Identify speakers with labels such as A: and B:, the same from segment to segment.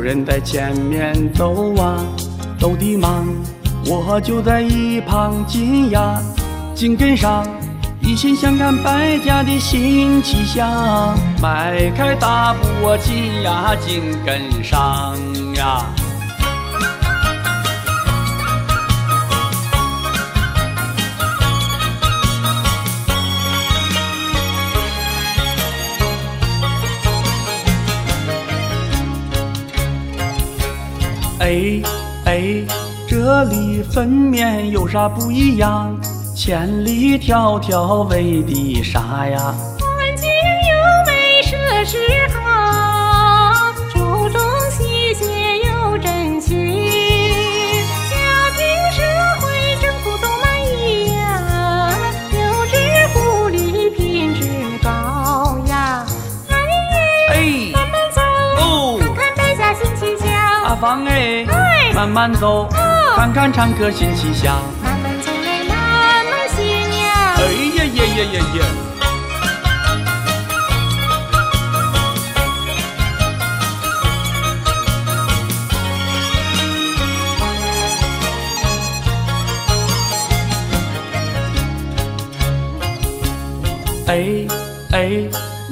A: 人的前面走啊，走的忙，我就在一旁紧呀紧跟上，一心想看百家的新气象，迈开大步我紧呀紧跟上呀。哎哎，这里分面有啥不一样？千里迢迢为的啥呀？
B: 南京有美设施好，主中西街又真情，家庭社会政府都满意呀，优质护理品质高呀。哎
A: 哎
B: 呀，慢慢走，
A: 哦
B: 看看百家新气象。
A: 阿芳哎，
B: 哎
A: 慢慢走，
B: 哦
A: 看看唱歌新气象。
B: 慢慢走来，慢慢行呀
A: 哎。呀呀呀呀呀！哎哎，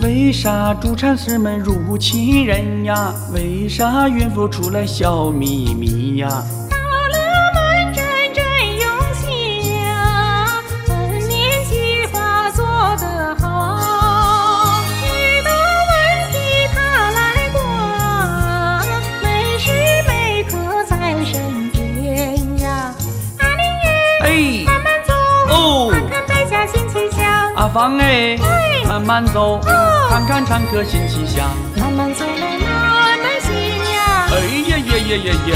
A: 为啥助产士们如其人呀？为啥孕妇出来笑眯眯呀？
B: 到了门诊真用心呀，本年计划做得好，遇到问题他来管，每时每刻在身边呀。阿玲耶，
A: 哎，
B: 慢慢走，
A: 哦
B: 看看百家新气象。
A: 阿芳哎，
B: 哎
A: 慢慢走，
B: 哦
A: 看看唱歌新气象。
B: 慢慢走来，慢慢行呀。
A: 哎呀呀呀呀呀！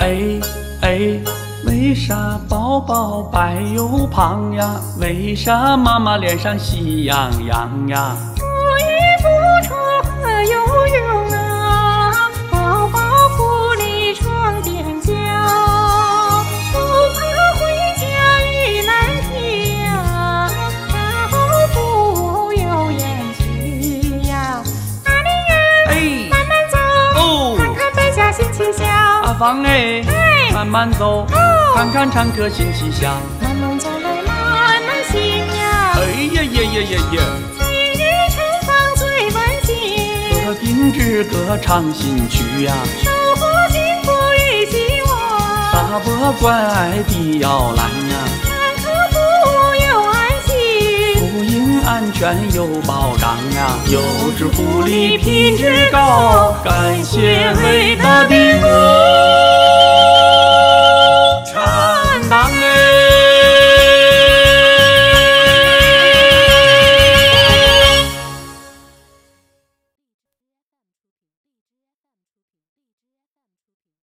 A: 哎哎，为啥宝宝白又胖呀？为啥妈妈脸上喜洋洋呀？
B: 我也不出河游泳啊，宝宝不离床边叫，不怕回家遇难题呀，然后不有延续呀。阿丽呀，
A: 哎，
B: 慢慢走，
A: 哦
B: 看看百家新气象。
A: 阿芳哎，
B: 哎
A: 慢慢走，
B: 哦
A: 看看唱歌新气象。
B: 慢慢走来，慢慢行呀
A: 哎，呀呀呀呀呀！
B: 每日晨芳最温馨。
A: 和平之歌唱新曲呀、
B: 守护幸福与希望，
A: 大伯关爱的摇篮呀、
B: 坎坷不无有安心。
A: 母婴安全有保障呀、优质护理品质高，感谢伟大的我。哎